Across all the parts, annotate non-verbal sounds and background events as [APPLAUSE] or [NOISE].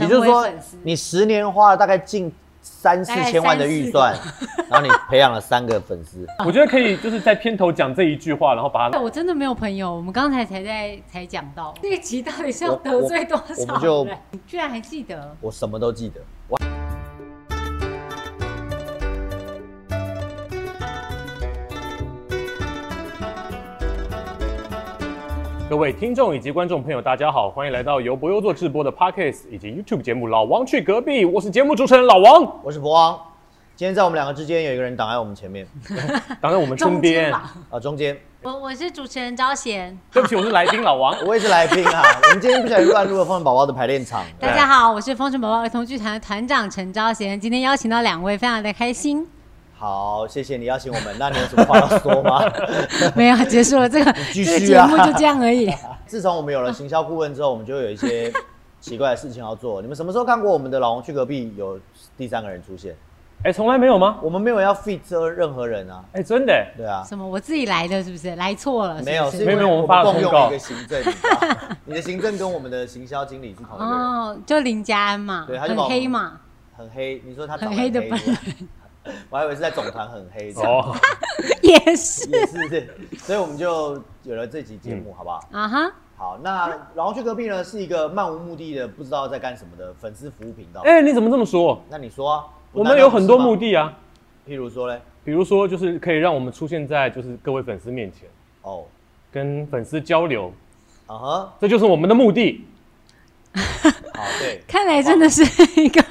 也成就是为说粉丝，你十年花了大概近三四大概千万的预算， [LAUGHS] 然后你培养了三个粉丝， [LAUGHS] 我觉得可以，就是在片头讲这一句话，然后把它哎，我真的没有朋友，我们刚才才在才讲到这一集到底是要我得罪多我我们少就人？你居然还记得？我什么都记得。我各位听众以及观众朋友，大家好，欢迎来到由博优做直播的 Podcast 以及 YouTube 节目《老王去隔壁》，我是节目主持人老王，我是博王，今天在我们两个之间有一个人挡在我们前面，挡在我们身中间边。吧。啊，中间我我是主持人招贤，对不起，我是来宾老王。我也是来宾啊。我们今天不小心乱入了风尘宝宝的排练场，大家好，我是风神宝宝儿童剧团的团长陈招贤，今天邀请到两位，非常的 [LAUGHS] 开心。好，谢谢你邀请我们。那你有什么话要说吗？ [LAUGHS] 没有结束了，这个、继这个续节啊目就这样而已。自从我们有了行销顾问之后，我们就有一些奇怪的事情要做。你们什么时候看过我们的老王去隔壁有第三个人出现？哎，从来没有吗？我们没有要 feat 任何人啊，哎，真的，对啊。什么？我自己来的是不是？来错了是不是？没有，是因没有为没有我我们们发了共通用告一个行政，你知道 [LAUGHS] 你的行政跟我们的行销经理是同一个人，哦，就林家安嘛，对他就把我很们黑嘛，很黑。你说他很长得黑黑的是 [LAUGHS] 吧我还以为是在总团很黑这样哦，也是也是是，所以我们就有了这集节目，好不好？啊哈。好，那然后去隔壁呢是一个漫无目的的不知道在干什么的粉丝服务频道。哎，你怎么这么说？那你说啊，我们有很多目目的。的啊，譬如说嘞，比如说就是可以让我们出现在就是各位粉丝面前，哦，跟粉丝交流，啊哈，这就是我们的目的。好，对， [LAUGHS] 看来真的是一个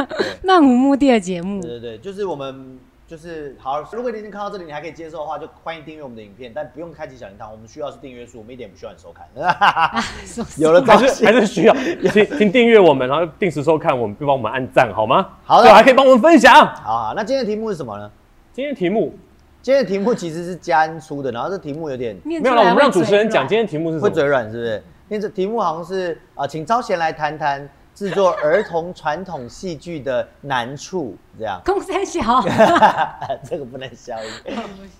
漫无目的的节嗯目对。对对，就是我们就是好，如果你已经看到这里，你还可以接受的话，就欢迎订阅我们的影片，但不用开启小铃铛，我们需要是订阅数，我们一点不需要你收 [LAUGHS] 看。啊说有了还关是系还，是需 [LAUGHS] 要，请请订阅我们，然后定时收看我们，并帮我们按赞好吗？好的对还可以帮我们分享。 [LAUGHS] 好好，那今天的题目是什么呢？今天题目今天的题目其实是嘉恩出的，然后这题目有点念没出有来了，我们会让主持人讲嘴。今天题目是什会嘴么？软，是不是？那这题目好像是啊、呃请招贤来谈谈制作儿童传统戏剧的难处，这 [LAUGHS] 样 [LAUGHS] 公 [LAUGHS] 三小，这个不能消音，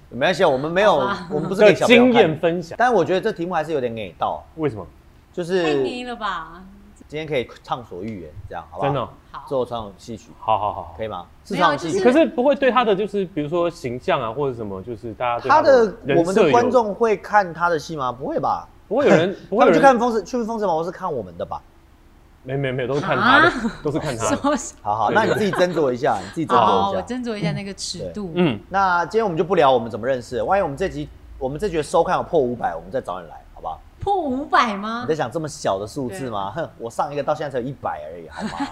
没关系，我们没有好吧，我们不是的给小朋友经看验分享，但我觉得这题目还是有点给到，为什么？就是太迷了吧？今天可以畅所欲言，这样好不好？真的哦，好，做传统戏曲好好好好可。以吗？是没有传统戏就曲可。是不会对他的就是比如说形象啊或者什么，就是大家对啊他的人设有我们的观众会看他的戏吗？不会吧？不会有 [LAUGHS] 人不他会有们去人看《封神》去《封神榜》是看我们的吧？没没没有都是看他的，啊都是看他的。说是好好，对那你自己斟酌一下，你自己斟好，酌我一下。斟酌一下那个尺度。嗯，那今天我们就不聊我们怎么认识，万一我们这集我们这局的收看有破五百，我们再找你来，好不好？破五百吗你在？想这么小的数字吗？哼，我上一个到现在才有一百而已，好吗？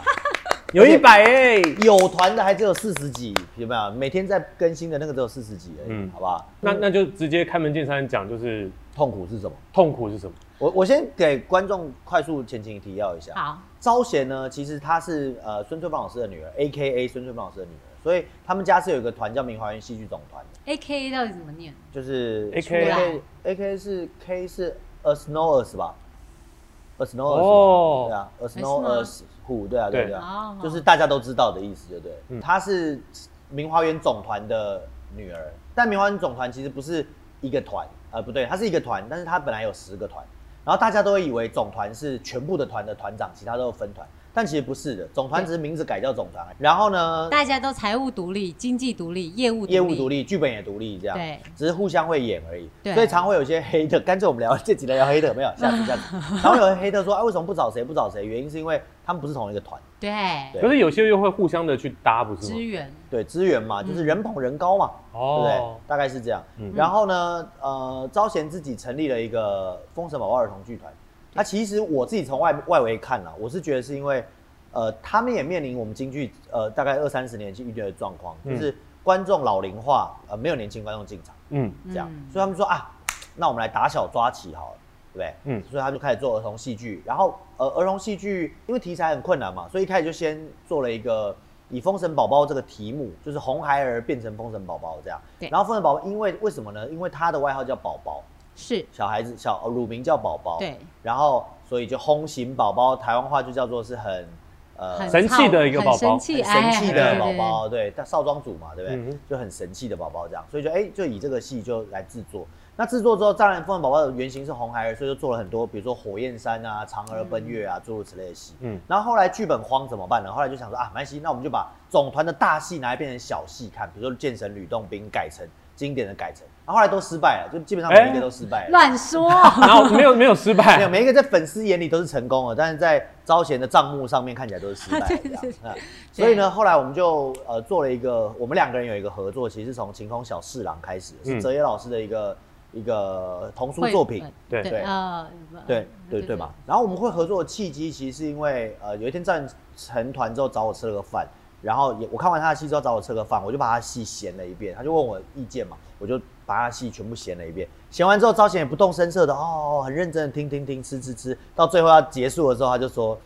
有一百哎。有团的还只有四十几，有没有？每天在更新的那个只有四十几而已，嗯好不好？那那就直接开门见山讲，就是痛苦是什么？痛苦是什么？我我先给观众快速前情提要一下。好，招贤呢，其实她是呃孙翠芳老师的女儿，A K A 孙翠芳老师的女儿，所以他们家是有一个团叫明华园戏剧总团的， ，A K A 到底怎么念？就是 AKA A K 是 K 是 As No As 吧，As No As 哦对啊，As 还是 No 吗 As Who 对啊对啊对对啊哦，就是大家都知道的意思，对不对？嗯她是明华园总团的女儿，但明华园总团其实不是一个团，呃不对，它是一个团，但是它本来有十个团，然后大家都会以为总团是全部的团的团长，其他都有分团。但其实不是的，总团只是名字改叫总团而已。然后呢，大家都财务独立、经济独立、业务业务独立，立，剧啊本也独立，这样，对只是互相会演而已。对所以常会有一些黑的，干脆我们聊这集来聊黑的，没有，下次下次，常会有黑的说，哎，为什么不找谁不找谁？原因是因为他们不是同一个团，对，对可是有些又会互相的去搭，不是吗支？援。对，资源嘛，就是人捧人高嘛，对不对哦，？大概是这样。嗯然后呢，呃，招贤自己成立了一个封神宝宝儿童剧团。那其实我自己从外外围看啊啦，我是觉得是因为，呃，他们也面临我们京剧呃大概二三十年前遇到的状况，就嗯是观众老龄化，呃，没有年轻观众进场。嗯，这样，嗯所以他们说啊，那我们来打小抓起好了，对不对？嗯嗯，所以他们就开始做儿童戏剧，然后呃，儿童戏剧因为题材很困难嘛，所以一开始就先做了一个以《封神宝宝》这个题目，就是红孩儿变成封神宝宝这样。对然后封神宝宝因为为什么呢？因为他的外号叫宝宝，是，小孩子小呃乳名叫宝宝，对，然后所以就轰醒宝宝，台湾话就叫做是很呃很神气的一个宝宝很神气，很神气哎的对宝对宝，对，但少庄主嘛，对不对嗯？就很神气的宝宝这样，所以就哎，就以这个戏就来制作。那制作之后，当然《风尘宝宝》的原型是红孩儿，所以就做了很多，比如说《火焰山》啊、《嫦娥奔月》啊，诸如此类的戏。嗯嗯，然后后来剧本荒怎么办呢？后来就想说啊，没关系，那我们就把总团的大戏拿来变成小戏看，比如说《剑神吕洞宾》改成经典的改成，啊然后后来都失败了，就基本上每一个都失败了。乱说， [LAUGHS] 然后没有没有失 [LAUGHS] 没有，败，每一个在粉丝眼里都是成功的，但是在招贤的账目上面看起来都是失败 [LAUGHS] 的对这样对嗯所以呢，后来我们就呃做了一个，我们两个人有一个合作，其实是从《晴空小侍郎》开始，嗯是哲野老师的一个一个童书会作品呃。对对呃，对嗯对对嘛，然后我们会合作的契机，其实是因为呃有一天战成团之后找我吃了个饭，然后也我看完他的戏之后找我吃了个饭，我就把他戏闲了一遍，他就问我意见嘛，我就把他戏全部闲了一遍，闲完之后招贤也不动声色的哦，很认真的听听听吃吃吃，到最后要结束的时候他就说。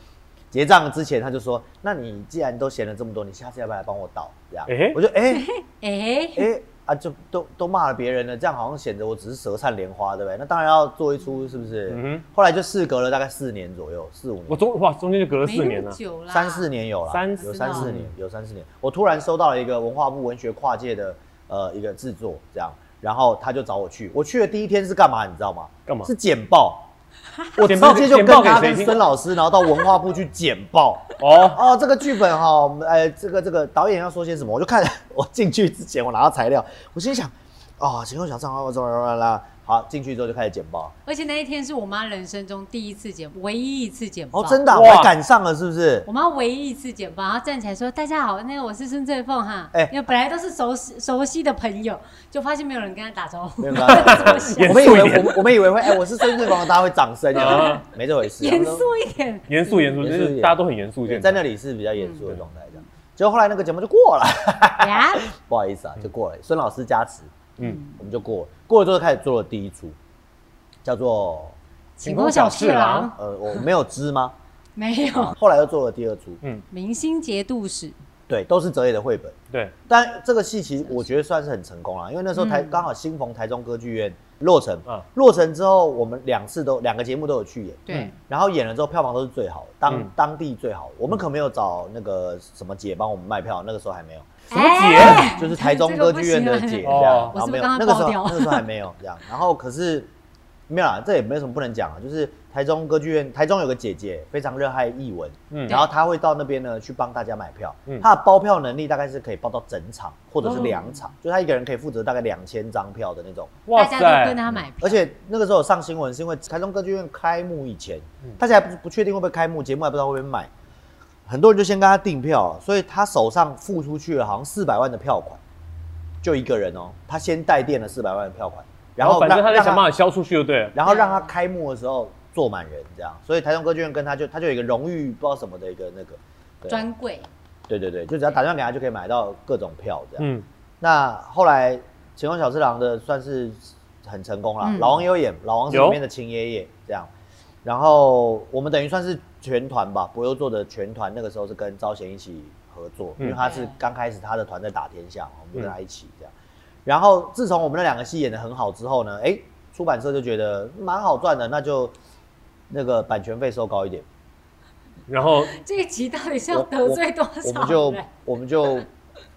结账之前，他就说：“那你既然都闲了这么多，你下次要不要来帮我倒？”这样，诶我就哎、哎，哎、啊，就都都骂了别人了，这样好像显得我只是舌灿莲花，对不对？那当然要做一出，是不是？嗯哼后来就事隔了大概四年左右，四五我年，中哇中间就隔了没四年那么了，久啦，三四年有了，三有三四四年年，有三四年。我突然收到了一个文化部文学跨界的呃一个制作，这样，然后他就找我去。我去的第一天是干嘛？你知道吗？干嘛是简报。 [LAUGHS] 我直简报接就简跟报给他谁跟听孙老师，然后到文化部去简报。哦，哦，这个剧本哈、我们呃，这个这个导演要说些什么，我就看 [LAUGHS] 我进去之前我拿到材料，我心想，哦，晴空小藏，我怎么啦啦啦，好，进去之后就开始剪报，而且那一天是我妈人生中第一次剪，唯一一次剪报。哦，真的啊、哇我还赶上了，是不是？我妈唯一一次剪报，然后站起来说：“大家好，那个我是孙醉凤哈。”哎因为本来都是熟悉熟悉的朋友，就发现没有人跟她打 [LAUGHS] 招呼，没有跟她打 [LAUGHS] 怎么想我严们以肃一为点我们我们以为会，哎、我是孙正光，大家会掌声，这样啊没这回事，严肃一 [LAUGHS] 点，严肃严肃，就嗯严肃一是点大家都很严肃，对现在在那里是比较严肃的状态，这样。嗯结果后来那个节目就过了， [LAUGHS] 呀，不好意思啊，就过了。孙老师加持，嗯，我们就过了。过了之后开始做了第一出，叫做请公小侍郎郎，呃，我没有知 [LAUGHS] 吗？啊没有后来又做了第二出，明星节度使，对，都是哲野的绘本。对，但这个戏其实我觉得算是很成功啊了，因为那时候台嗯刚、好新逢台中歌剧院落成啊，落成之后我们两次都两个节目都有去演，对，然后演了之后票房都是最好的，当、嗯当地最好的。我们可没有找那个什么姐帮我们卖票，那个时候还没 [LAUGHS] 有，什么节？哎就是台中歌剧院的姐这个不行这啊哦样，然我是后不没是有刚刚那个时爆候掉那个时候还没有这样，然后可是没有啦，这也没什么不能讲啊，就是台中歌剧院台中有个姐姐非常热爱译文，嗯然后她会到那边呢去帮大家买票，嗯她的包票能力大概是可以包到整场或哦者是两场，就她一个人可以负责大概两千张票的那种，哇大家都跟塞，她买票，而且那个时候有上新闻是因为台中歌剧院开幕以前，嗯大家还不不确定会不会开幕，节目还不知道会不会卖，很多人就先跟他订票了，所以他手上付出去了好像四百万的票款，就一个人哦，他先带垫了四百万的票款，然然后后反正让他在让想办法消出去就对了，然后让他开幕的时候坐满人这样，所以台中歌剧院跟他就他就有一个荣誉不知道什么的一个那个对专柜对对对，就只要打电话给他就可以买到各种票这样。嗯，那后来《晴空小次郎》的算是很成功啦，嗯老王也有演，老王是里面的秦爷爷这样。然后我们等于算是全团吧，博优做的全团，那个时候是跟招贤一起合作，嗯因为他是刚开始他的团在打天下嘛，我们就跟他一起这样。然后自从我们那两个戏演的很好之后呢，哎，出版社就觉得蛮好赚的，那就那个版权费收高一点，然后这一集到底是要我得罪多少我们就人我们就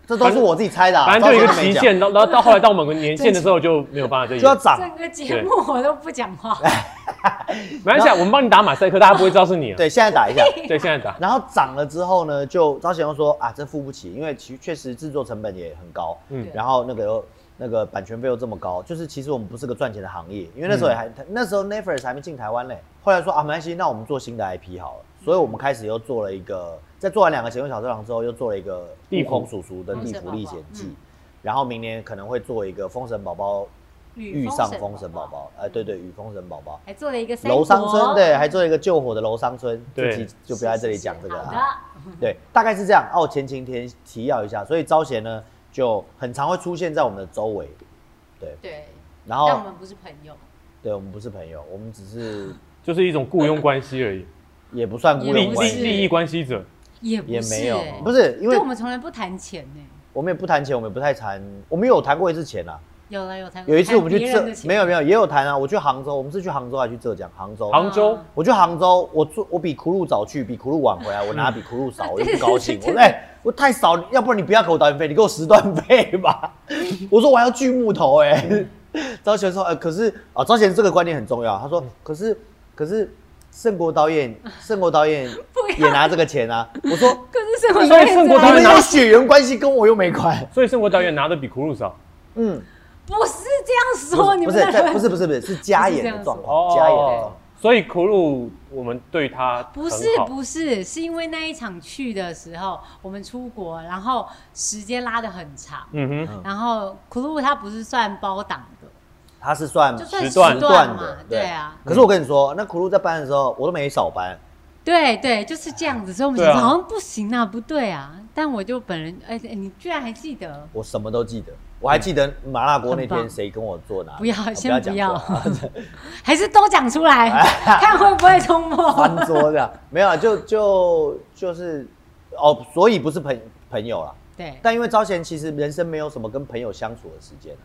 这都是我自己猜的、啊，反正就有一招个贤没期讲限，到然后到后来到我们年限的时候就没有办法再就要演。涨，整个节目我都不讲话，哎没关系啊，我们帮你打马赛克，大家不会知道是你啊。对，现在打一下。对，现在打，然后涨了之后呢，就招贤又说啊，这付不起，因为其确实制作成本也很高，嗯嗯对，然后那个又那个版权费又这么高，就是其实我们不是个赚钱的行业，因为那时候也还、那时候 Netflix 还没进台湾嘞，后来说啊，没关系，那我们做新的 IP 好了，所以我们开始又做了一个，在做完两个《前卫小色狼》之后，又做了一个《地地府空叔叔》的《风地神府宝历宝险记》嗯然后明年可能会做一个《封神宝宝》遇上《封神宝宝》，哎、对对，与《封神宝宝》。还做了一个三楼上村国对，还做了一个救火的楼上村，对自己就不要在这里讲这个是了啊。是是好对，大概是这样。哦，前情提提要一下，所以招贤呢就很常会出现在我们的周围，的，对，然但我后们不是朋友，对我们不是朋友，我们只是就是一种雇佣关系而已，也不算 [LAUGHS] 雇也利佣不关利是系，利益关系者。也也不是没有欸，不是因为对我们从来不谈钱欸呢。我们也不谈钱，我们也不太谈，我们有谈过一次钱啊，有了有谈过，有一次我们去嗯谈别人的浙，钱没有没有也有谈啊，我去杭州，我们是去杭州还是去浙江？杭州。杭州啊我去杭州，我做我比苦路早去，比苦路晚回来，我拿比苦路少，我就不高兴。我嗯 [LAUGHS] 对对对说哎、我太 [LAUGHS] 少，要不然你不要给我导演费，你给我十段费吧。我说我还要锯木头哎、 [LAUGHS] 招贤说，呃，可是啊，招贤这个观念很重要。他说，可是可是胜国导演，胜国导演不也拿这个钱啊。我 [LAUGHS] 说，可是圣国所以导演圣国这导你演们样有血缘关系，跟我又没关。所以圣国导演拿的比苦鲁少。嗯，不是这样说，你不们是，在不的是不是不是是加演的状况，加演的状哦况。，所以苦鲁我们对他不是很好不是，是因为那一场去的时候，我们出国，然后时间拉得很长，嗯哼，嗯然后苦路它不是算包档的，他是算就算时时段段段嘛的，，对啊，可是我跟你说，那苦路在班的时候，我都没少班。对对，就是这样子，所以我们对想啊说好像不行啊，不对啊，但我就本人，哎、你居然还记得，我什么都记得，我还记得麻辣锅那很天棒谁跟我做哪里，不要啊先讲不要错啊 [LAUGHS] 还是都讲出来，看会不会冲破。翻桌这样，没有啊，就就就是哦，所以不是朋朋友啦。对但因为招贤其实人生没有什么跟朋友相处的时间啊，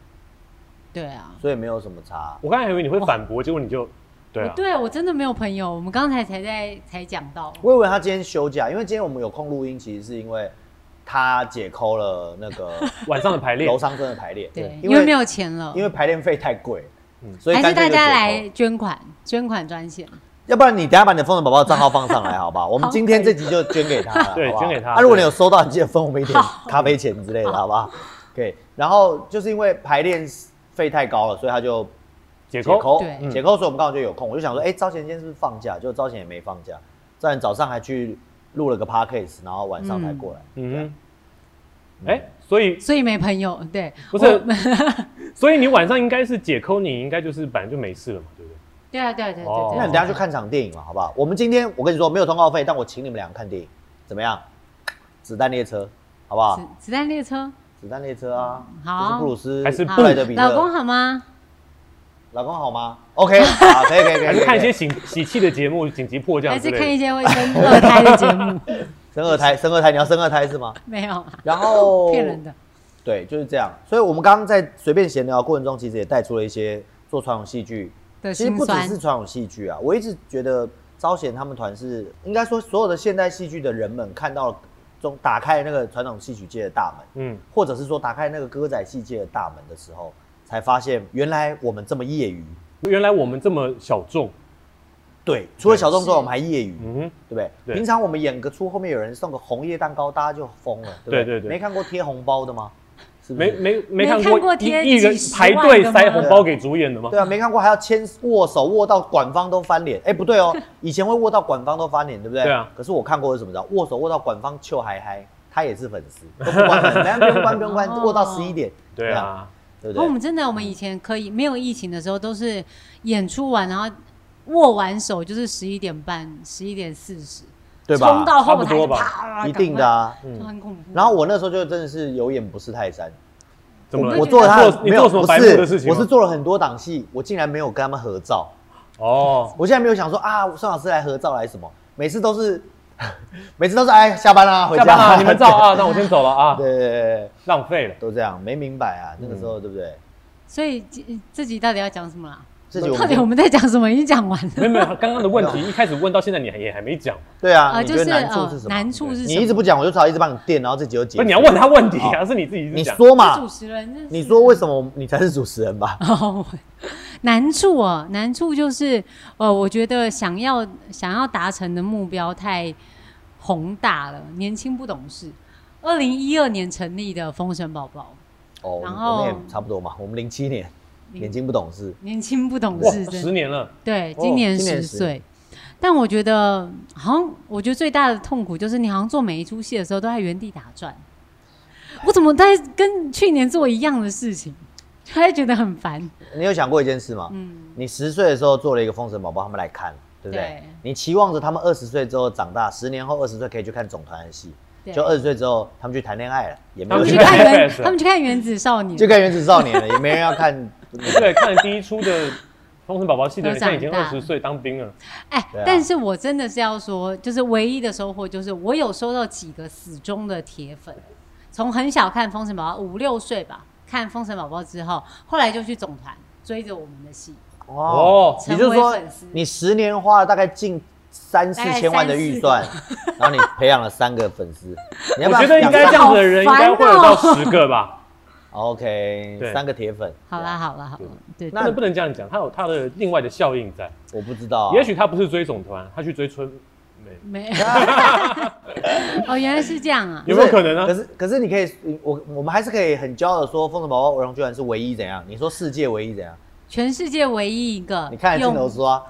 对啊，所以没有什么差。我刚才还以为你会反驳，结果你就对啊我，对我真的没有朋友，我们刚才才在才讲到，我以为他今天休假，因为今天我们有空录音，其实是因为他解扣了那个晚上的排练楼上真的排练，对，因因为为没有钱了，因为排练费太贵，嗯所以还干是脆大就解家扣来捐款，捐款专线。要不然你等下把你的风神宝宝账号放上来，好不 [LAUGHS] 好？我们今天这集就捐给他了，对好不好捐给他啊，如果你有收到，你记得分我们一点 [LAUGHS] 咖啡钱之类的，好不好？可以。然后就是因为排练费太高了，所以他就解解扣扣嗯对，解扣，所以我们刚好就有空。我就想说，哎，招贤今天是不是放假？就招贤也没放假，招贤早上还去录了个 podcast，然后晚上才过来。嗯哼，哎、所以所以没朋友，对，不是我 [LAUGHS] 所以你晚上应该是解扣，你应该就是本来就没事了嘛，对不对？对啊，对啊对啊对啊对哦啊。那你等下去看场电影嘛，好不好？我们今天我跟你说没有通告费，但我请你们两个看电影，怎么样？子弹列车，好不好？子子弹列车，子弹列车啊，嗯好就是布鲁斯还是好布莱德比特，老公好吗？老公好吗？OK，好， [LAUGHS] 可以可以可以可以，还是看一可以些喜喜气的节目，紧急迫降还之是类看的。一些会生二胎的节目？ [LAUGHS] 生二胎，生二胎，你要生二胎是吗？没有啊，然后骗人的。对，就是这样。所以我们刚刚在随便闲聊的过程中，其实也带出了一些做传统戏剧的其实辛不只酸是传统戏剧啊，我一直觉得招贤他们团是应该说所有的现代戏剧的人们看到中打开那个传统戏曲界的大门，嗯，或者是说打开那个歌仔戏界的大门的时候，才发现原来我们这么业余。原来我们这么小众，对，除了小众之外，是我们还业余。嗯哼，对不对？对平常我们演个出，后面有人送个红叶蛋糕，大家就疯了，对不对？对对对没看过贴红包的吗？是不没是？没没没看看过过贴一一人几十排万队的吗塞红包给主演的 [LAUGHS] 吗？对啊，没看过还要牵握手，握到管方都翻脸。哎，不对 [LAUGHS] 哦，以前会握到管方都翻脸，对不对？对啊。可是我看过是怎么着，握手握到管方秋嗨嗨，他也是粉 [LAUGHS] 丝，都不关门，人家不用关不用关，哦握到十一点。对啊，对不哦，我们对？真的，我们以前可以没有疫情的时候，都是演出完然后握完手就是十一点半、十一点四十，对冲吧？到后台差不多就吧啪，一定的啊。赶快，就嗯很恐怖。然后我那时候就真的是有眼不识泰山，怎么了？我我做了他你做没你有做什么白目的事情不是，吗？我是做了很多档戏，我竟然没有跟他们合照。哦，我现在没有想说啊，孙老师来合照来什么，每次都是， [LAUGHS] 每次都是哎下班啦、回下家班啦、了，你们照啊，那我先走了啊， [LAUGHS] 对，对对对对，浪费了。都这样，没明白啊，那个时嗯候、对不对？所以这这集到底要讲什么啦？这集我到底我们们在讲什么？已经讲完了。没有没有，刚刚的问题一开始问到现在，你还也还没讲。对啊，呃你就觉得是难处呃是什么？难处是你什一直么不讲，我就只好一直帮你垫，然后这集就结束。不是你要问他问题啊，是你自己一直你讲。说嘛主，持人，真是你说为什么我们你才是主持人吧？哦， [LAUGHS] 难处哦，难处就是呃，我觉得想要想要达成的目标太宏大了，年轻不懂事。二零一二年成立的风神宝宝，哦，然我后们也差不多嘛，我们零七年，零眼睛不懂事，年轻不懂哇，事，真十年了，对，哦今年今年十10岁。但我觉得，好像我觉得最大的痛苦就是，你好像做每一出戏的时候都在原地打转。我怎么在跟去年做一样的事情，就还觉得很烦。你有想过一件事吗？嗯，你十岁的时候做了一个《封神宝宝》，他们来看，对不对？对你期望着他们二十岁之后长大，十年后二十岁可以去看总团的戏，对就二十岁之后他们去谈恋爱了，也没他有们去去人 [LAUGHS] 看看原， Netflix 他们去看《原子少年就》，看原子少年了， [LAUGHS] 也没人要 [LAUGHS] 看。对，看第一出的《封神宝宝》系的人，都长现在已经二大十岁当兵了。哎、对啊但是我真的是要说，就是唯一的收获就是我有收到几个死忠的铁粉，从很小看《封神宝宝》，五六岁吧看《封神宝宝》之后，后来就去总团追着我们的戏，哦，成你为就说粉丝你十年花了大概近三四大概千万的预算， [LAUGHS] 然后 [LAUGHS] 你培养了三个粉丝，你要我不要哦觉得应该这样子的人应该会有到十个吧。 [LAUGHS] OK，对三个铁粉，好啦，好啦，好对啦，对，那那不能这样讲，他有他的另外的效应在。我不知道啊、也许他不是追总团，他去追春美， [LAUGHS] 没 [LAUGHS] 哦，原来是这样啊不有是没有可能可呢？是可是你可以，我我们还是可以很骄傲的说，《封神宝宝》荣居然是唯一怎样？你说世界唯一怎样？全世界唯一一个你看着镜头用说、啊，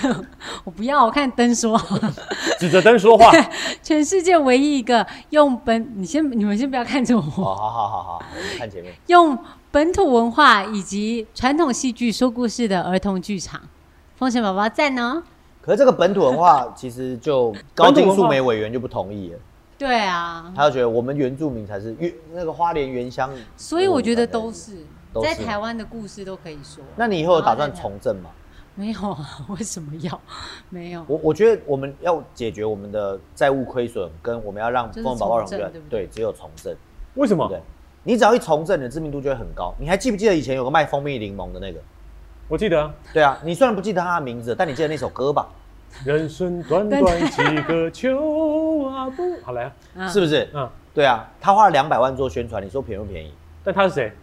[LAUGHS] 我不要，我看灯说，指着 [LAUGHS] 灯说话，全世界唯一一个用本，你先你们先不要看着哦，我，好好好好，我们看前面，用本土文化以及传统戏剧说故事的儿童剧场，风神宝宝赞哦。可是这个本土文化其实就高进素梅委员就不同意了，对啊，他就觉得我们原住民才是原那个花莲原乡，所以我觉得都。是都是在台湾的故事都可以说。那你以后有打算从政吗？没有啊？ [LAUGHS] 为什么要？没有，我我觉得我们要解决我们的债务亏损，跟我们要让《就是封神宝宝》荣从政居然对不对对，只有从政。为什么？对，你只要一从政，你的知名度就会很高。你还记不记得以前有个卖蜂蜜柠檬的那个？我记得啊，对啊，你虽然不记得他的名字，但你记得那首歌吧？人生短短几个秋啊，不好来啊，嗯是不是？嗯，对啊，他花了两百万做宣传，你说便宜不便宜？但他是谁？ [LAUGHS]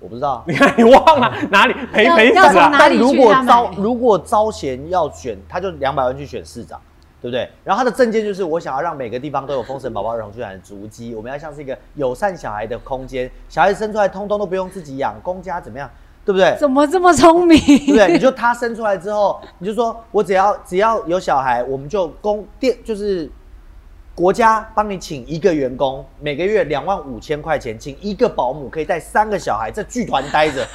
我不知道啊。你看你忘了嗯哪里赔要赔死啊要从了？哪但里去如果他买招如果招贤要选，他就两百万去选市长，对不对？然后他的证件就是我想要让每个地方都有封神宝宝儿童剧场的足迹，我们要像是一个友善小孩的空间，小孩子生出来通通都不用自己养，公家怎么样，对不对？啊怎么这么聪明？ [LAUGHS] 对不对？你就他生出来之后，你就说我只要只要有小孩，我们就公店就是国家帮你请一个员工，每个月两万五千块钱，请一个保姆，可以带三个小孩在剧团待 [LAUGHS] 着，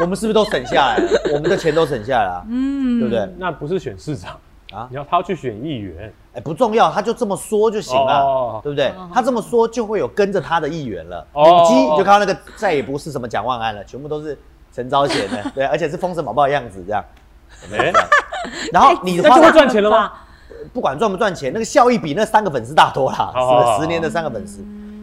我们是不是都省下来了？我们的钱都省下来了啊，嗯对不对？？那不是选市长啊啊，你要他要去选议员，哎，不重要，他就这么说就行了，哦对不对哦？他这么说就会有跟着他的议员了。哦哦，你就看到那个再也不是什么蒋万安了，全部都是陈昭贤的，对，而且是封神宝宝的样子这样。哎，然后你那花这会赚钱了吗？不管赚不赚钱，那个效益比那三个粉丝大多啦，好好是好不是？十年的三个粉丝，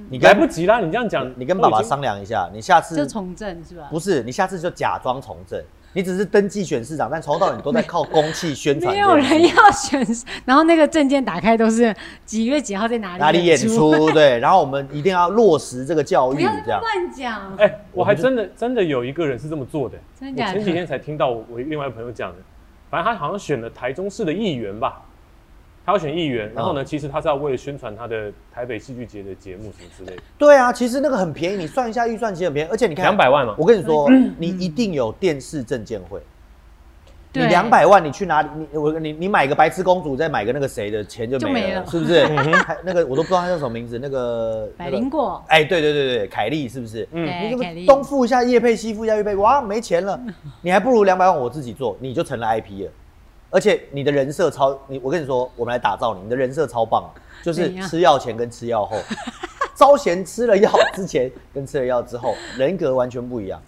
你来跟不及啦！你这样讲，你跟爸爸都已经商量一下，你下就次从政是吧？不是你下次就假装从政，你只是登记选市长，但从头到尾你都在靠公器宣传没这有件事，人要选，然后那个证件打开都是几月几号在哪里哪里演？出对，然后我们一定要落实这个教不育要这样。乱讲，哎，我还真的真的有一个人是这么做的，真的我假前几的？天才听到我我另外一个朋友讲的，反正他好像选了台中市的议员吧，他要选议员，然后嗯呢，其实他是要为了宣传他的台北戏剧节的节目什么之类的，对啊，其实那个很便宜，你算一下预算其实很便宜，而且你看两百万嘛，我跟你说，嗯你一定有电视证监会。你对两百万，你去哪里？你我你你买个白痴公主，再买个那个谁的钱就就没没了，了是不 [LAUGHS] 是？还那个我都不知道他叫什么名字，那个百灵。那果个，哎，对对对对，凯莉是不是？嗯你对这，凯个莉，东付一下叶配，西付一下叶配，哇，没钱 [LAUGHS] 了，你还不如两百万我自己做，你就成了 IP 了。而且你的人设超，你我跟你说，我们来打造你，你的人设超棒，就是怎样吃药前跟吃药 [LAUGHS] 后，招贤吃了药之前跟吃了药之后，人格完全不一样。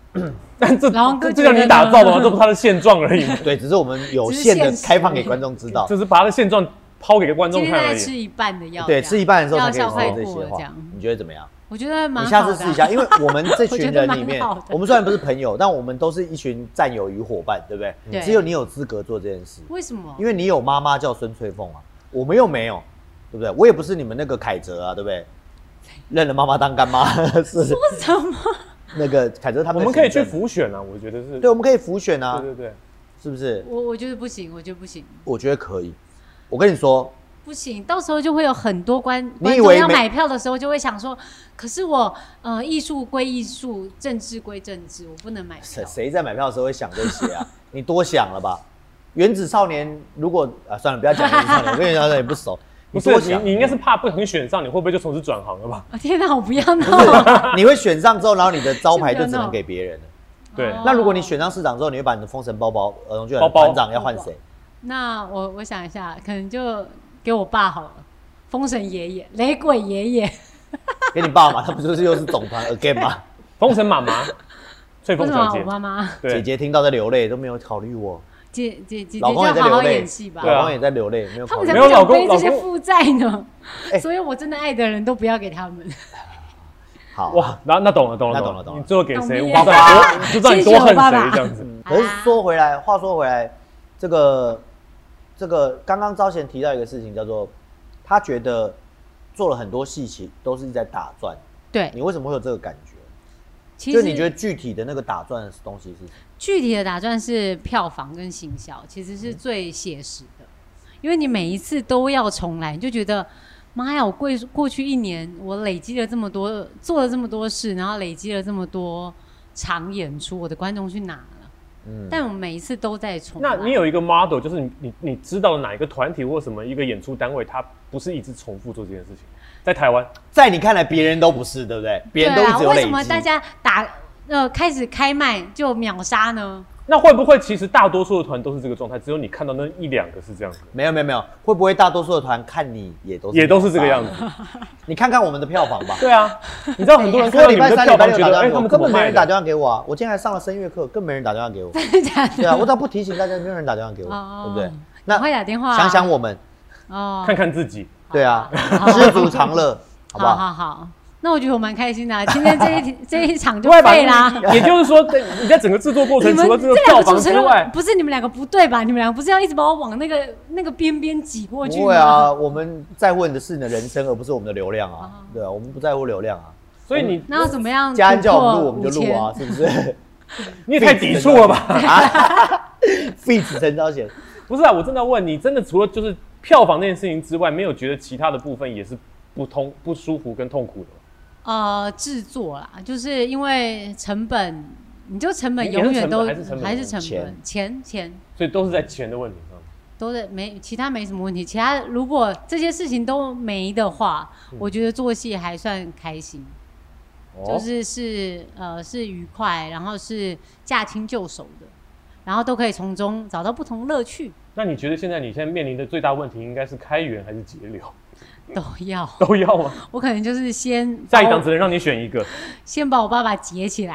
但这老王哥这这叫觉你得打呢造 [LAUGHS] 的吗？这不是他的现状而已 [LAUGHS] 吗？对，只是我们有限的开放给观众知道。只是把他的现状抛给观今众天看大而概已。吃一半的药，对，吃一半的时候才药效可以快说这过些了这话样，你觉得怎么样？我觉得蛮你好的下啊。次试一下，因为我们这群 [LAUGHS] 我觉得人蛮里面好的，我们虽然不是朋友，但我们都是一群战友与伙伴，对不对？对只有你有资格做这件事，为什么？因为你有妈妈叫孙翠凤啊，我们又没有，对不对？我也不是你们那个凯哲啊，对不对？认了妈妈当干妈是什么？ [LAUGHS] 那个凯哲他我们们可以去的行政，浮选啊，我觉得是。对，我们可以浮选啊对，对对，是不是？我我觉得不行，我觉得不行，我觉得可以。我跟你说，不行，到时候就会有很多观你观以为众要没买票的时候就会想说，可是我呃艺术归艺术，政治归政治，我不能买谁票。谁在买票的时候会想这些啊？ [LAUGHS] 你多想了吧？原子少年如果啊，算了，不要讲原子 [LAUGHS] 少年，我跟原子少年也不熟。不你是多你想，你应该是怕不肯选上，你会不会就从此转行了吧？哦天哪，我不要闹！你会选上之后，然后你的招 [LAUGHS] 牌就只能给别人了。对，哦那如果你选上市长之后，你会把你的封神包包儿童剧包团包团长要换谁？ [LAUGHS] [LAUGHS] 那我我想一下，可能就给我爸好了，封神爷爷、雷鬼爷 [LAUGHS] 爷，给你爸嘛，他不就是又是总团 again [LAUGHS] 吗？封神妈妈，翠为凤什么小我姐，妈妈姐对，姐听到在流泪，都没有考虑我，姐姐姐姐就老公也在好流好泪演戏，吧对。老公也在流泪，没有他考们虑才没不有老想公背这些老公负债呢 [LAUGHS] 哎，所以我真的爱的人都不要给他们。好哇。哇，那那懂了懂了那懂了懂了你最后给谁？懂我了 [LAUGHS] 知道你多，谢谢就知道你多恨我爸爸谁这 [LAUGHS] 样子。可是啊说回来，话说回来，这个这个刚刚招贤提到一个事情，叫做他觉得做了很多戏情都是一直在打转，对，你为什么会有这个感觉？其就实你觉得具体的那个打转的东西是什么？具体的打算是票房跟行销，其实嗯是最写实的，因为你每一次都要重来，你就觉得妈呀，我过过去一年我累积了这么多，做了这么多事，然后累积了这么多场演出，我的观众去哪了？嗯，但我每一次都在重来。那你有一个 model，就是你你你知道哪一个团体或什么一个演出单位，它不是一直重复做这件事情，在台湾，在你看来，别人都不是，对不对？别人都对一啊，直有为累什么积。大家打呃开始开麦就秒杀呢？ [LAUGHS] 那会不会其实大多数的团都是这个状态，只有你看到那一两个是这样子，没有没有没有，会不会大多数的团看你也都也都是这个样子？子。你看看我们的票房吧。 [LAUGHS] 对啊，你知道很多人所看有礼到你拜们的三、票礼拜六房，觉打得哎电他话，们根怎么本没卖人打的？电话给我啊！我今天还上了声乐课，更没人打电话给我。真的假的？对啊，我只要不提醒大家，没有人打电话给我，哦对不对？赶快那打电话啊、想想我们，哦看看自己，对啊，知足常 [LAUGHS] 乐，好不好好？好好，那我觉得我蛮开心的、啊，今天这一这一场 [LAUGHS] 就对吧废啦。也就是说，在你在整个制作过 [LAUGHS] 你程，们除了这个这两票个房主持之人 [LAUGHS] 外，不是你们两个不对吧？你们两个不是要一直把我往那个那个边边挤过去不吗？会啊，我们在乎你的是你的人生，而不是我们的流量啊。对啊，我们不在乎流量啊。所以你哦那要怎么样？家人叫我们录，我们就录啊，。是不是 [LAUGHS] 你也太抵触了吧？ ？feat 陈昭 [LAUGHS] 贤，不是啊，我真的问你，真的除了就是票房那件事情之外，没有觉得其他的部分也是不通不舒服跟痛苦的吗？呃，制作啦，就是因为成本，你就成本也是永远成本都还是成本还是成本钱钱钱所以都是在钱的问题上。都在没其他没什么问题，其他如果这些事情都没的话，我觉得做戏还算开心。就哦，是是呃是愉快，然后是驾轻就熟的，然后都可以从中找到不同乐趣，那你觉得现在你现在面临的最大问题应该是开源还是节流？都要。都要吗？我可能就是先下一把我档只能让你 [LAUGHS] 选一个。先把我爸爸截起来，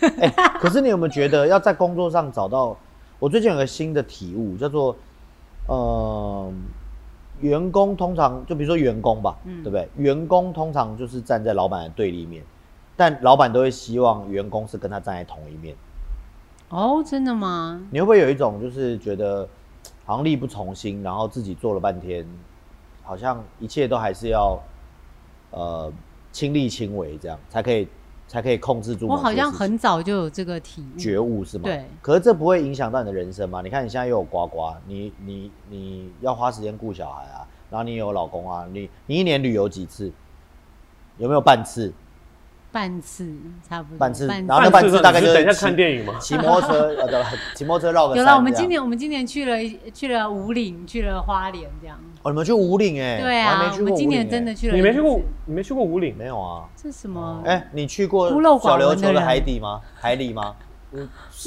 哎，可是你有没有觉得要在工作上找到？我最近有个新的体悟，叫做，呃，员工通常就比如说员工吧，嗯对不对？员工通常就是站在老板的对立面，但老板都会希望员工是跟他站在同一面。哦，真的吗？你会不会有一种就是觉得好像力不从心，然后自己做了半天，好像一切都还是要呃亲力亲为这样才可以才可以控制住某我些事情？好像很嗯早就有这个体悟，觉悟是吗？对可是这不会影响到你的人生吗？你看你现在又有呱呱，你你你要花时间顾小孩啊，然后你也有老公啊，你你一年旅游几次？有没有半次？半次差不多，半次半然后那次。半次大概就是等一下骑看电影嘛。骑摩托车呃，对吧骑摩托车绕个 [LAUGHS] 啊有山了，我们这样今年我们今年去了一去了五岭，去了花莲，这样。哦，你们去五岭哎、对我还没啊，去过我们今五岭年欸真的去了一你次。没去过，你没去过五岭？没有啊？这什么？哎、你去过孤陋寡小琉闻的球的人海底吗？海里吗？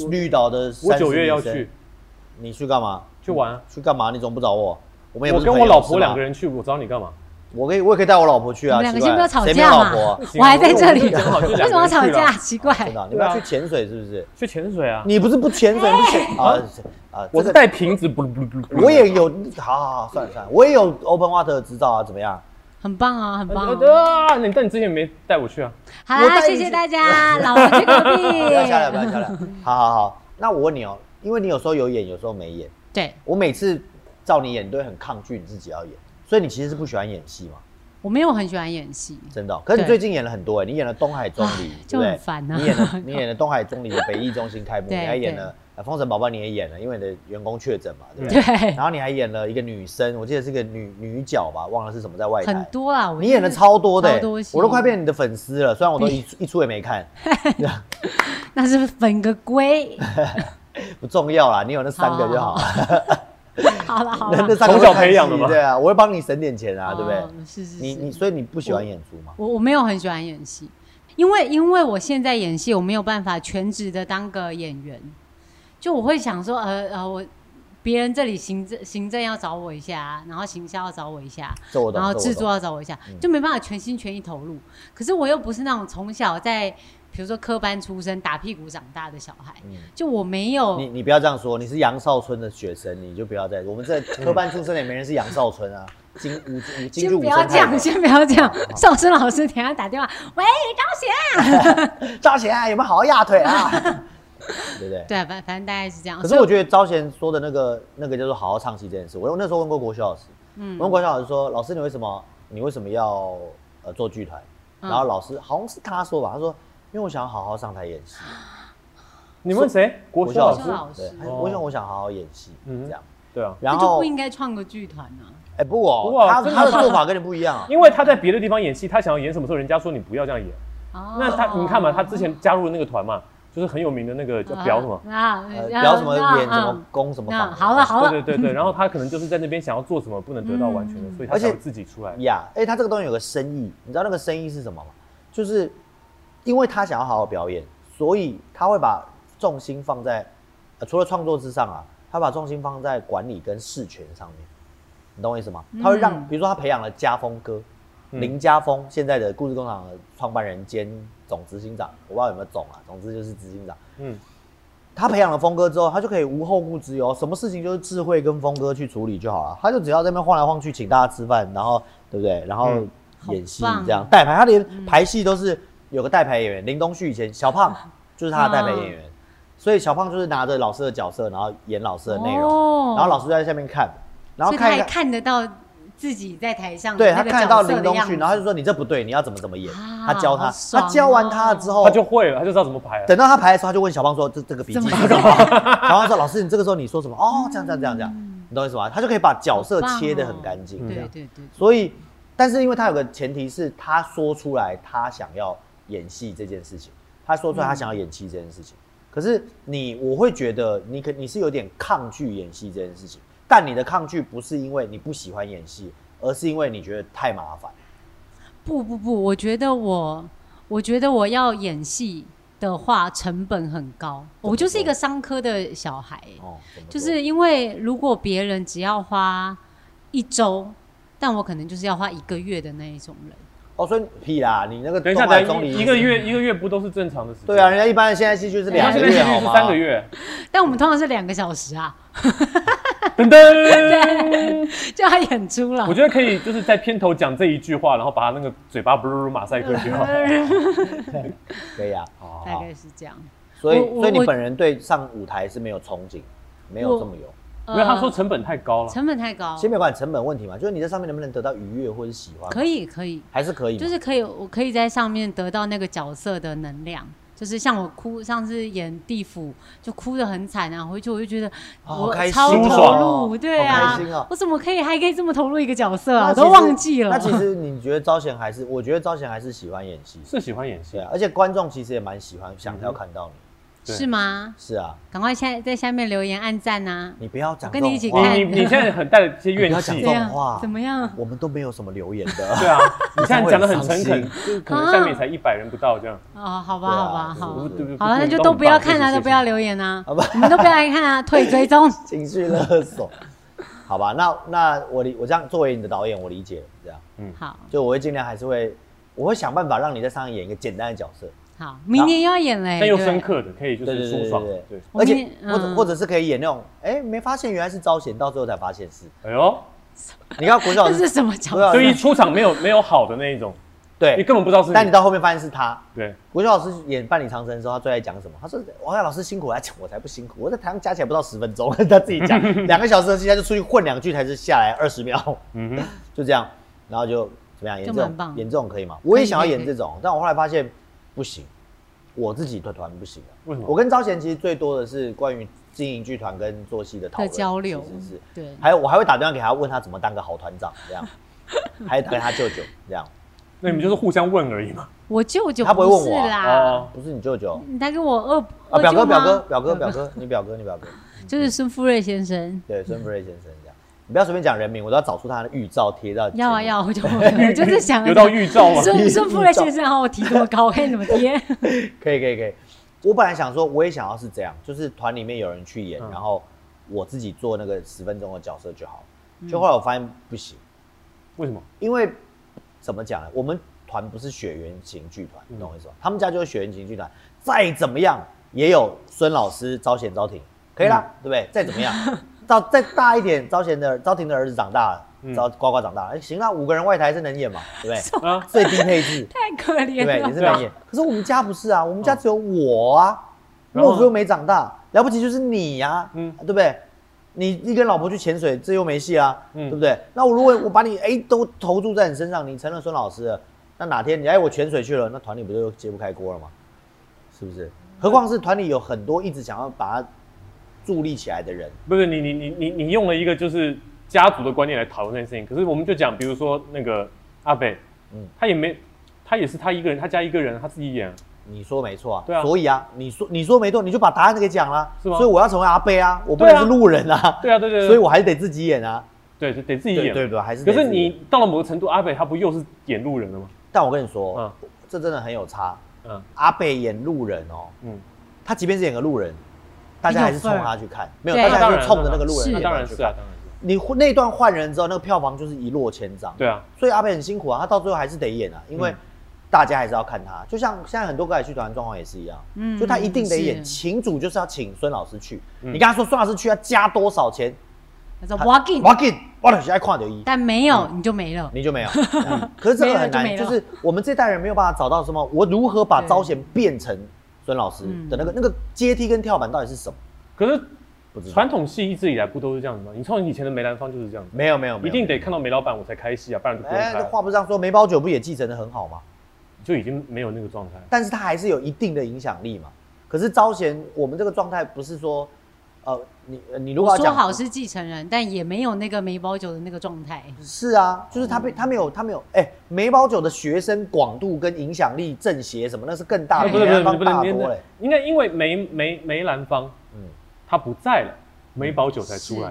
绿岛的我三十九月女要生去，，你去干嘛？去玩啊去干嘛？你怎么不找我？我们也不我是跟朋我友老婆两个，是吧人去，我找你干嘛？我可以我也可以带我老婆去你啊。们两个奇怪先不要吵谁没有架嘛老婆 [LAUGHS] 啊？行我啊还在我这我就里，讲好就为两什个么要人吵去啦架？奇怪。真的啊、你对们啊要去潜水是不是？去潜水啊！你不是不潜水，不潜哎啊啊！我这是个带瓶子，不不不，我也有，好好好，算了算了，我也有 open water 的执照啊，怎么样？很棒啊，很棒、啊！啊！你但你之前没带我去啊？好我啦，带你谢谢 [LAUGHS] 大家，老王去隔壁。不要下来，不要下来。好好好，那我问你哦，因为你有时候有演，有时候没演，对我每次照你演你都会很抗拒你自己要演，所以你其实是不喜欢演戏嘛？我没有很喜欢演戏，真的哦、可是你对最近演了很多哎、你演了东海钟离，对就不很对？烦啊你演 [LAUGHS] 了你演了东海钟离的北艺中心开幕，你对还演对了呃《封神榜》，你也演了，因为你的员工确诊嘛，对不对？对，然后你还演了一个女生，我记得是个女女角吧，忘了是什么，在外很台。多啦。我你演了超多的欸、超多戏我都快变你的粉丝了。虽然我都一出一出也没看，那是粉个龟。不重要啦，你有那三个就好了。好了好 [LAUGHS] 那了那，三个从小培养的我吗看戏对啊，我会帮你省点钱啊，对不对？哦是是是。你你所以你不喜欢演出吗？我我没有很喜欢演戏，因为因为我现在演戏，我没有办法全职的当个演员，就我会想说，呃呃，我别人这里行政行政要找我一下，啊然后行销要找我一下，这我懂，然后这我制懂嗯作要找我一下，就没办法全心全意投入。可是我又不是那种从小在比如说科班出身、打屁股长大的小孩，就我嗯没你有。你不要这样说，你是杨少春的学生，你就不要再。我们 [LAUGHS] 这科班出身的也没人是杨少春啊，京五五京先剧不五要声这样，派先不要这样。哦少生老师，等一下打电话，喂，张贤。的。招贤啊有没有好好压腿 [LAUGHS] 啊？对不对？对，啊反反正大概是这样。可是所以我觉得招贤说的那个那个叫做好好唱戏这件事，我我那时候问过国学老师，嗯我问国学老师说，老师你为什么你为什么要呃做剧团？嗯然后老师好像是他说吧，他说因为我想好好上台演戏。你问谁？国我修想老国师修。老师对，哦我想我想好好演戏，嗯这样。对啊，然那就后不，应该创个剧团啊。哎，不过不过他真的他的做法跟你不一样啊。因为他在别的地方演戏，他想要演什么时候，人家说你不要这样演。哦那他你看嘛，他之前加入那个团嘛，就是很有名的那个叫表什么。啊？呃，啊聊什么演什？啊么攻什么哦那防，好了好了，对对对对，然后他可能就是在那边想要做什么，不能得到完全的，嗯所以他才会自己出来。呀，哎，他这个东西有个深意，你知道那个深意是什么吗？就是因为他想要好好表演，所以他会把重心放在、呃除了创作之上啊，他把重心放在管理跟事权上面，你懂我意思吗？他会让，嗯比如说他培养了家风哥，嗯林家峰现在的故事工厂的创办人兼总执行长，我不知道有没有总啊，总之就是执行长。嗯，他培养了峰哥之后，他就可以无后顾之忧，什么事情就是智慧跟峰哥去处理就好了。他就只要在那边晃来晃去，请大家吃饭，然后对不对？然后嗯演戏好棒哦嗯这样带牌，他连排戏都是有个带牌演员，林东旭以前小 [LAUGHS] 胖就是他的带牌嗯演员，所以小胖就是拿着老师的角色，然后演老师的内容，哦然后老师就在下面看，然后所以他看一还看，看得到自己在台上对那他个看得到角色林的东样旭，子然后他就说你这不对，你要怎么怎么演，啊他教他好，爽哦他教完他之后，他就会了，他就知道怎么排了。等到他排的时候，他就问小胖说：“这这个笔记怎么是 [LAUGHS] 什么？”然后他说：“老师，你这个时候你说什么？哦，这样这样这样这样，你懂我意思吗？”他就可以把角色嗯好棒哦切得很干净。这对样对对，所以，但是因为他有个前提是，他说出来他想要演戏这件事情，他说出嗯来他想要演戏这件事情。可是你，我会觉得你可你是有点抗拒演戏这件事情，但你的抗拒不是因为你不喜欢演戏，而是因为你觉得太麻烦。不不不，我觉得我，我觉得我要演戏的话，成本很高。么我就是一说个商科的小孩、哦，怎么说就是因为如果别人只要花一周，但我可能就是要花一个月的那一种人。哦，所以屁啦，你那个等一下，东海等中一里下一个月一个月不都是正常的时间？对啊，，人家一般的现在戏剧是人家两他个现在月，是好是吗？三个。月。但我们通常是两个小时啊，噔噔， [LAUGHS] 就要演出了我。觉得可以，就是在片头讲这一句话，然后把他那个嘴巴不噜噜马赛克就好。可以啊。好 [LAUGHS] 大好概是这样。所以，我我所以你我本人对上舞台是没有憧憬，没有我这么有。因为他说呃成本太高了，成本太高，先别管成本问题嘛，就是你在上面能不能得到愉悦或者喜欢，可以可以，还是可以嘛。就是可以，我可以在上面得到那个角色的能量。就是像我哭，上次演地府就哭得很惨啊，回去我就觉得啊我好开心超哦投入，对好啊开心哦，我怎么可以还可以这么投入一个角色啊？那其实我都忘记了那。其实你觉得招贤还是？我觉得招贤还是喜欢演戏，是喜欢演戏对。啊，而且观众其实也蛮喜欢，想要看到你。嗯对是吗？是啊，赶快下在下面留言按赞啊呐！你不要讲这我跟种你一起话看你你你现在很带着一些你不怨要讲气这，种话怎么样？我们都没有什么留言对 [LAUGHS] 的。 [LAUGHS] 啊，你现在讲的很诚你恳，就是可能下面才一百人不到这样。哦，好吧，对啊好吧，对啊好对不，对不好了，那不就都不要很棒看啊，这些都不要事情留言啊好吧，你们都不要来看 [LAUGHS] 啊，退追踪。情绪勒索，好吧？那那我理我这样作为你的导演，我理解这样。好就我会尽量还是会，我会想办法让你在上面演一个简单的角色，好，明年又要演嘞，但又对深刻的，可以就对对是对舒对爽对。对，我而且明天或者嗯或者是可以演那种，哎，没发现原来是招贤，到最后才发现是。哎呦，你看国小老这师 [LAUGHS] 是，什么角国小色？老就一师出场没有没有好的那一种，你对，根本不知道是但你你。到后面发现是他。对，国小老师演伴侣长城的时候，他最爱讲什么？他说：“王耀老师辛苦了，他讲我才不辛苦，我在台上加起来不到十分钟， [LAUGHS] 他自己讲两个小时的戏，他就出去混两句，才是下来二十秒，嗯哼，就这样，然后就怎么样演这就蛮种棒演这种可以吗？我也想要可演以可这以种，但我后来发现不行，我自己的团不行了。啊为什么？我跟招贤其实最多的是关于经营剧团跟做戏的讨的论交流其实是，对，还有我还会打电话给他，问他怎么当个好团长这 [LAUGHS] 样，还有打给他舅舅这样，那你们就是互相问而已嘛。我舅舅他不会问是我啊啦哦，不是你舅舅你带给我嗯二啊，二表哥舅表吗哥表哥表哥，你表哥你表哥，就是孙富瑞先生。对孙福瑞先生这样，你不要随便讲人名，我都要找出他的预照贴到。要啊要啊，我就 [LAUGHS] 我就是想有到预兆 [LAUGHS] 吗？孙孙富瑞先生，然哦后我提这么高，我看你怎么 [LAUGHS] 贴。可以可以可以。我本来想说，我也想要是这样，就是团里面有人去演，嗯然后我自己做那个十分钟的角色就好。嗯就后来我发现不行，为什么？因为怎么讲呢？我们团不是血缘型剧团，你懂我意思吗？他们家就是血缘型剧团，再怎么样也有孙老师、招贤、招婷，可以啦，对不对？再怎么样， [LAUGHS] 到再大一点，招贤的招婷的儿子长大了，嗯招呱呱长大了，哎，行啊，五个人外台是能演嘛，对不对？啊，最低配置，太可对怜不对？也了是能演。啊 [LAUGHS] 可是我们家不是啊，我们家只有我啊，哦然后莫夫又没长大，了不起就是你呀、嗯对不对？你你跟老婆去潜水，这又没戏啊，嗯对不对？那我如果我把你哎都投注在你身上，你成了孙老师了，那哪天你哎我潜水去了，那团里不就揭不开锅了吗？是不是？何况是团里有很多一直想要把它助力起来的人，不是你你你你你用了一个就是家族的观念来讨论这件事情，可是我们就讲，比如说那个阿北，嗯他也没，他也是他一个人，他家一个人，他自己演啊，你说没错啊，对啊所以啊，你说你说没错，你就把答案给讲啦，是吗所以我要成为阿贝啊，我不对能啊是路人啊，对啊，对对对，所以我还得自己演啊，对得自己对演，对对，还是得可是自己演，你到了某个程度，阿北他不又是演路人了吗？但我跟你说，嗯这真的很有差，嗯阿贝演路人哦，嗯，他即便是演个路人，大家还是冲他去看，没有，对大家那当还然是冲着那个路人是那那一当段然去是啊，看。当然是啊，你那段换人之后，那个票房就是一落千丈。对啊，所以阿贝很辛苦啊，他到最后还是得演啊，因为嗯大家还是要看他。就像现在很多歌仔戏团状况也是一样，嗯就他一定得演，是请主就是要请孙老师去。嗯你跟他说孙老师去要加多少钱，他说他嗯 walking，我给我就是爱看到一，但没有你就没了。你就没有。 [LAUGHS] 可是这个很难，嗯没了就没了就是我们这代人没有办法找到什么，我如何把对招贤变成孙老师嗯的那个那个阶梯跟跳板到底是什么？可是不知道。传统戏一直以来不都是这样子吗？你从以前的梅兰芳就是这样子，没有没有，没有一定得看到梅老板我才开戏啊，不然就不用哎，开这啊，话不是这样说，梅葆玖不也继承的很好吗？就已经没有那个状态。但是他还是有一定的影响力嘛。可是招贤，我们这个状态不是说，呃，你呃你如果我要说讲好是继承人，但也没有那个梅葆玖的那个状态。是啊，就是他被他没有他没有，哎、梅葆玖的学生广度跟影响力、政协什么，那是更大啊的，不是不比是梅兰不是芳不大是多你嘞。，应该因为梅梅梅兰芳嗯，他不在了，梅葆玖才出来。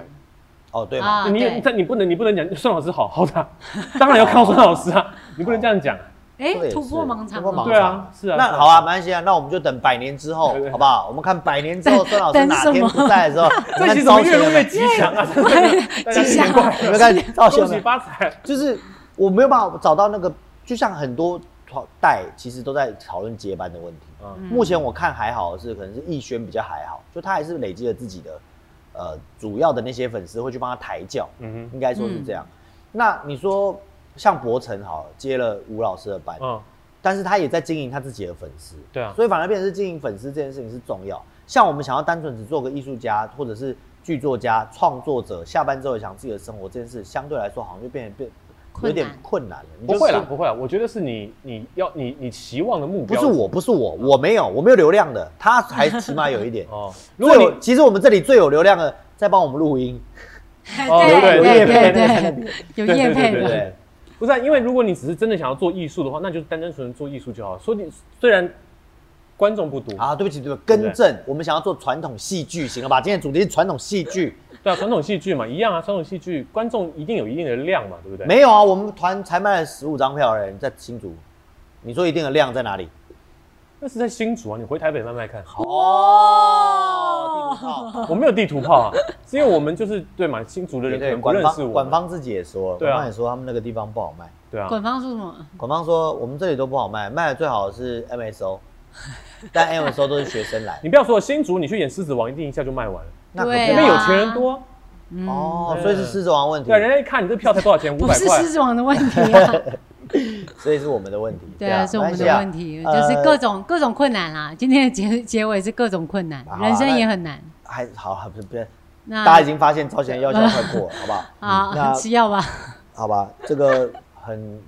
哦对嘛，啊，你对，但你不能你不能讲孙老师好好的啊，当然要靠孙老师啊，你不能这样讲啊。这个哎，也突破是盲突场破盲了。对啊是啊是那啊好啊，没关系啊，那我们就等百年之后对对，好不好？我们看百年之后孙老师等哪什天么不在的时候，你 [LAUGHS] 这看期怎招么越贤录有没越有，吉 [LAUGHS] 祥啊？ [LAUGHS] 你们看招 [LAUGHS] 贤有啊大家新年快乐恭没喜有，发财！就是我没有办法找到那个，就像很多团代其实都在讨论接班的问题。嗯，嗯目前我看还好的是，可能是逸轩比较还好，就他还是累积了自己的，呃，主要的那些粉丝会去帮他抬轿，嗯应该说是这样。那你说像博成好了接了吴老师的班哼，，嗯，但是他也在经营他自己的粉丝，对啊所以反而变成是经营粉丝这件事情是重要。像我们想要单纯只做个艺术家或者是剧作家、创作者，下班之后也想自己的生活这件事，相对来说好像就变得变有困难点困难了。你就不会啦是，不会啦，我觉得是你你要你你期望的目不标。是我，不是我，我没有，我没有流量的，他还起码有一点 [LAUGHS] 哦。如如果果你你其实我们这里最有流量的，在帮我们录音，哦对对对对对对对，有对业对配对对不的，对？不是、啊，因为如果你只是真的想要做艺术的话，那就是单单纯纯做艺术就好。说你虽然观众不 [LAUGHS] 多，啊，对不起，对不起，对不对更正，我们想要做传统戏剧，行了吧？今天的主题是传统戏剧，对啊，传统戏剧嘛，一样啊，传统戏剧观众一定有一定的量嘛，对不对？没有啊，我们团才卖了十五张票而已，在新竹，你说一定的量在哪里？那是在新竹啊，你回台北慢慢看。哦，地图 [LAUGHS] 炮我没有地图炮 [LAUGHS] 啊，是因为我们就是对嘛，新竹的人可对，能不管认识方我，管方自己也说了，对啊管方也说他们那个地方不好卖。对啊，管方说什么？管方说我们这里都不好卖，卖的最好的是 MSO，但 MSO 都是学生 [LAUGHS] 来，你不要说新竹，你去演狮子王，一定一下就卖完了，那可对啊那不边嘛有钱人多啊，嗯，哦，所以是狮子王问题对啊，，人家一看你这票才多少钱，五不百是块狮，子王的问题 [LAUGHS] 啊，所以是我们的问题。对啊，是我们的问题，没关系就啊是呃各种各种困难啊啦。今天的结结尾是各种困难好，啊人生也很难。还好，还不是不是，那大家已经发现朝鲜药效快过了，好不好？啊，那吃药吧，好吧，这个很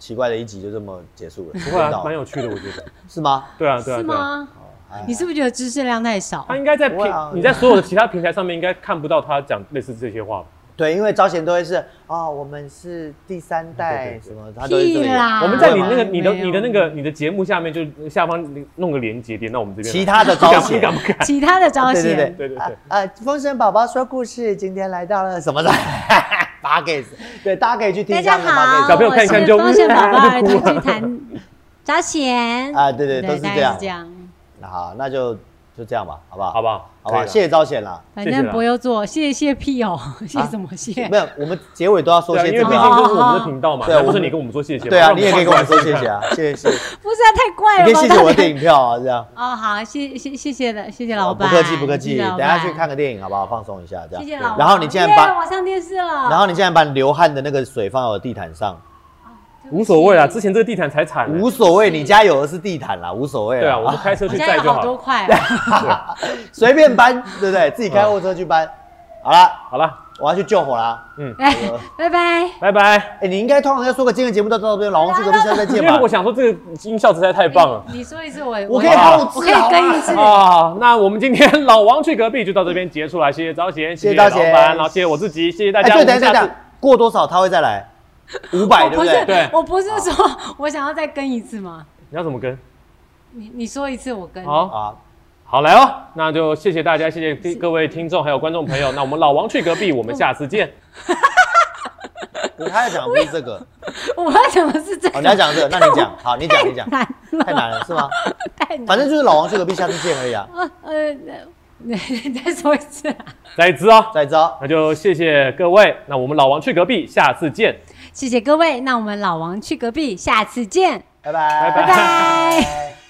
奇怪的一集就这么结束了，不会啊真的，哦蛮有趣的，我觉得。 [LAUGHS] 是吗？对啊，对啊，是对啊。吗？哦哎你是不是觉得知识量太少他？应该在不会啊平，你在所有的其他平台上面应该看不到他讲类似这些话吧？对，因为招贤都会是啊、我们是第三对代啊对对什么，他都是这屁啦样。我们在你那没有个、你的、你的那个、你的节目下面，就下方弄个连接点到我们这边来。其他的不招敢不贤，敢不敢。其他的招对对对贤，对对啊对，呃，风神宝宝说故事，今天来到了 [LAUGHS] 什么的 p a c k a s 对，大家可以去听大一下家我们 podcast 好，小朋友看一看就我是风险宝宝儿就哭童了剧谈招贤啊对对都是大概这样这样。那好，那就就这样吧，好不好？好不好？好吧，可以了谢谢招贤啦。啊反谢谢正啦不用做，谢谢屁哦，谢什么谢？没有，我们结尾都要说对啊，谢因谢为毕嘛。竟这是我们的频道嘛，对啊难不是我们你跟我们说谢谢吗？对啊，让我你们也可以跟我们说换谢过来谢 [LAUGHS] 啊，谢谢谢谢，不是啊，太怪了你吧？可以谢谢我的大家电影票啊，这样。哦哦，好，谢谢谢谢了，谢谢老不板，客气不客气，谢谢老等板下去看，个电影好不好？放松一下这样。谢谢老板。然后你竟然耶把，我上电视了，然后你竟然把流汗的那个水放到我地毯上，对不起无所谓啦，之前这个地毯才惨欸。无所谓，是你家有的是地毯啦，无所谓啦。对啊，我们开车我去家载有就好好多了。块哦，随便搬，对不对？自己开货车去搬。好了，好了，我要去救火啦。哎好的， [LAUGHS] 拜拜。拜拜。哎、你应该通常要说个今天的节目到到这边，老王去隔壁下次再因见为吧。我想说这个音效实在太棒了。你你说一次，我我可以帮我我可以跟一 [LAUGHS] 次。啊，那我们今天老王去隔壁就到这边结束了，谢谢招贤，谢谢老招贤板，然后谢谢我自己，谢谢大哎、家。对，我等一们下，下等一次下，过多少他会再来？五百，我对不不对？啊对是，我不是说我想要再跟一次吗？你要怎么跟？你你说一次，我跟。好，啊，好来哦，那就谢谢大家，谢谢听各位听众还有观众朋友。那我们老王去隔壁，我们下次见。不他要讲的不是这个，我要讲的是这哦，个你要讲这个，那你讲，好，你讲，你讲， [LAUGHS] 难了，太难了是吗？太难。反正就是老王去隔壁，下次见而已啊。呃呃， [LAUGHS] 那你再说一次啊！再一次哦，再招，那就谢谢各位，那我们老王去隔壁，下次见。谢谢各位，那我们老王去隔壁，下次见，拜拜，拜拜拜。拜。